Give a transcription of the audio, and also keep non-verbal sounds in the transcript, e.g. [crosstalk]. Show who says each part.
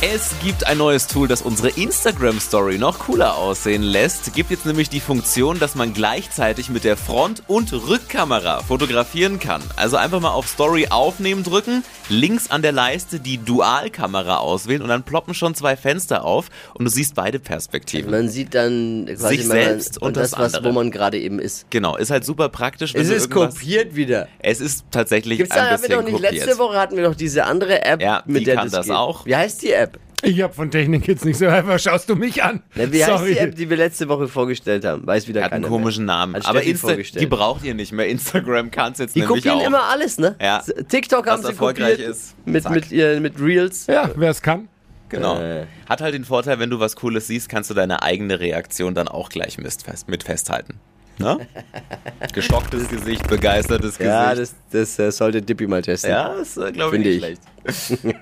Speaker 1: Es gibt ein neues Tool, das unsere Instagram-Story noch cooler aussehen lässt. Gibt jetzt nämlich die Funktion, dass man gleichzeitig mit der Front- und Rückkamera fotografieren kann. Also einfach mal auf Story aufnehmen drücken, links an der Leiste die Dualkamera auswählen und dann ploppen schon zwei Fenster auf und du siehst beide Perspektiven.
Speaker 2: Man sieht dann quasi
Speaker 1: Sich
Speaker 2: mal-
Speaker 1: selbst und
Speaker 2: das,
Speaker 1: das
Speaker 2: was,
Speaker 1: andere.
Speaker 2: wo man gerade eben ist.
Speaker 1: Genau, ist halt super praktisch. wenn
Speaker 2: Es
Speaker 1: du
Speaker 2: ist
Speaker 1: irgendwas-
Speaker 2: kopiert wieder.
Speaker 1: Es ist tatsächlich
Speaker 2: Gibt's da
Speaker 1: ein
Speaker 2: haben wir
Speaker 1: bisschen
Speaker 2: doch nicht
Speaker 1: kopiert.
Speaker 2: letzte Woche hatten wir noch diese andere App
Speaker 1: Ja,
Speaker 2: mit
Speaker 1: die
Speaker 2: der
Speaker 1: kann das
Speaker 2: geht.
Speaker 1: auch.
Speaker 2: Wie heißt die App?
Speaker 3: Ich hab von Technik jetzt nicht so einfach. Schaust du mich an?
Speaker 2: Na, wie heißt
Speaker 3: Sorry.
Speaker 2: die App, die wir letzte Woche vorgestellt haben? Weiß wieder
Speaker 1: Hat einen
Speaker 2: keiner.
Speaker 1: komischen
Speaker 2: mehr.
Speaker 1: Namen.
Speaker 2: Hat
Speaker 1: Aber
Speaker 2: Steffi
Speaker 1: Insta
Speaker 2: vorgestellt.
Speaker 1: die braucht ihr nicht mehr. Instagram kann es jetzt
Speaker 2: Die
Speaker 1: nämlich
Speaker 2: kopieren
Speaker 1: auch.
Speaker 2: immer alles, ne?
Speaker 1: Ja.
Speaker 2: S- TikTok haben
Speaker 1: Was
Speaker 2: sie
Speaker 1: erfolgreich
Speaker 2: kopiert
Speaker 1: ist.
Speaker 2: mit
Speaker 1: Zack.
Speaker 2: mit ihr mit Reels.
Speaker 3: ja, wer es kann.
Speaker 1: Genau.
Speaker 2: Äh.
Speaker 1: Hat halt den Vorteil, wenn du was Cooles siehst, kannst du deine eigene Reaktion dann auch gleich misst, fest, mit festhalten.
Speaker 2: [laughs]
Speaker 1: Ne? Gestocktes Gesicht, begeistertes
Speaker 2: Ja,
Speaker 1: Gesicht.
Speaker 2: das, das äh, sollte Dippy mal testen.
Speaker 1: ja, ist, glaube ich,
Speaker 2: Finde
Speaker 1: nicht
Speaker 2: ich.
Speaker 1: schlecht.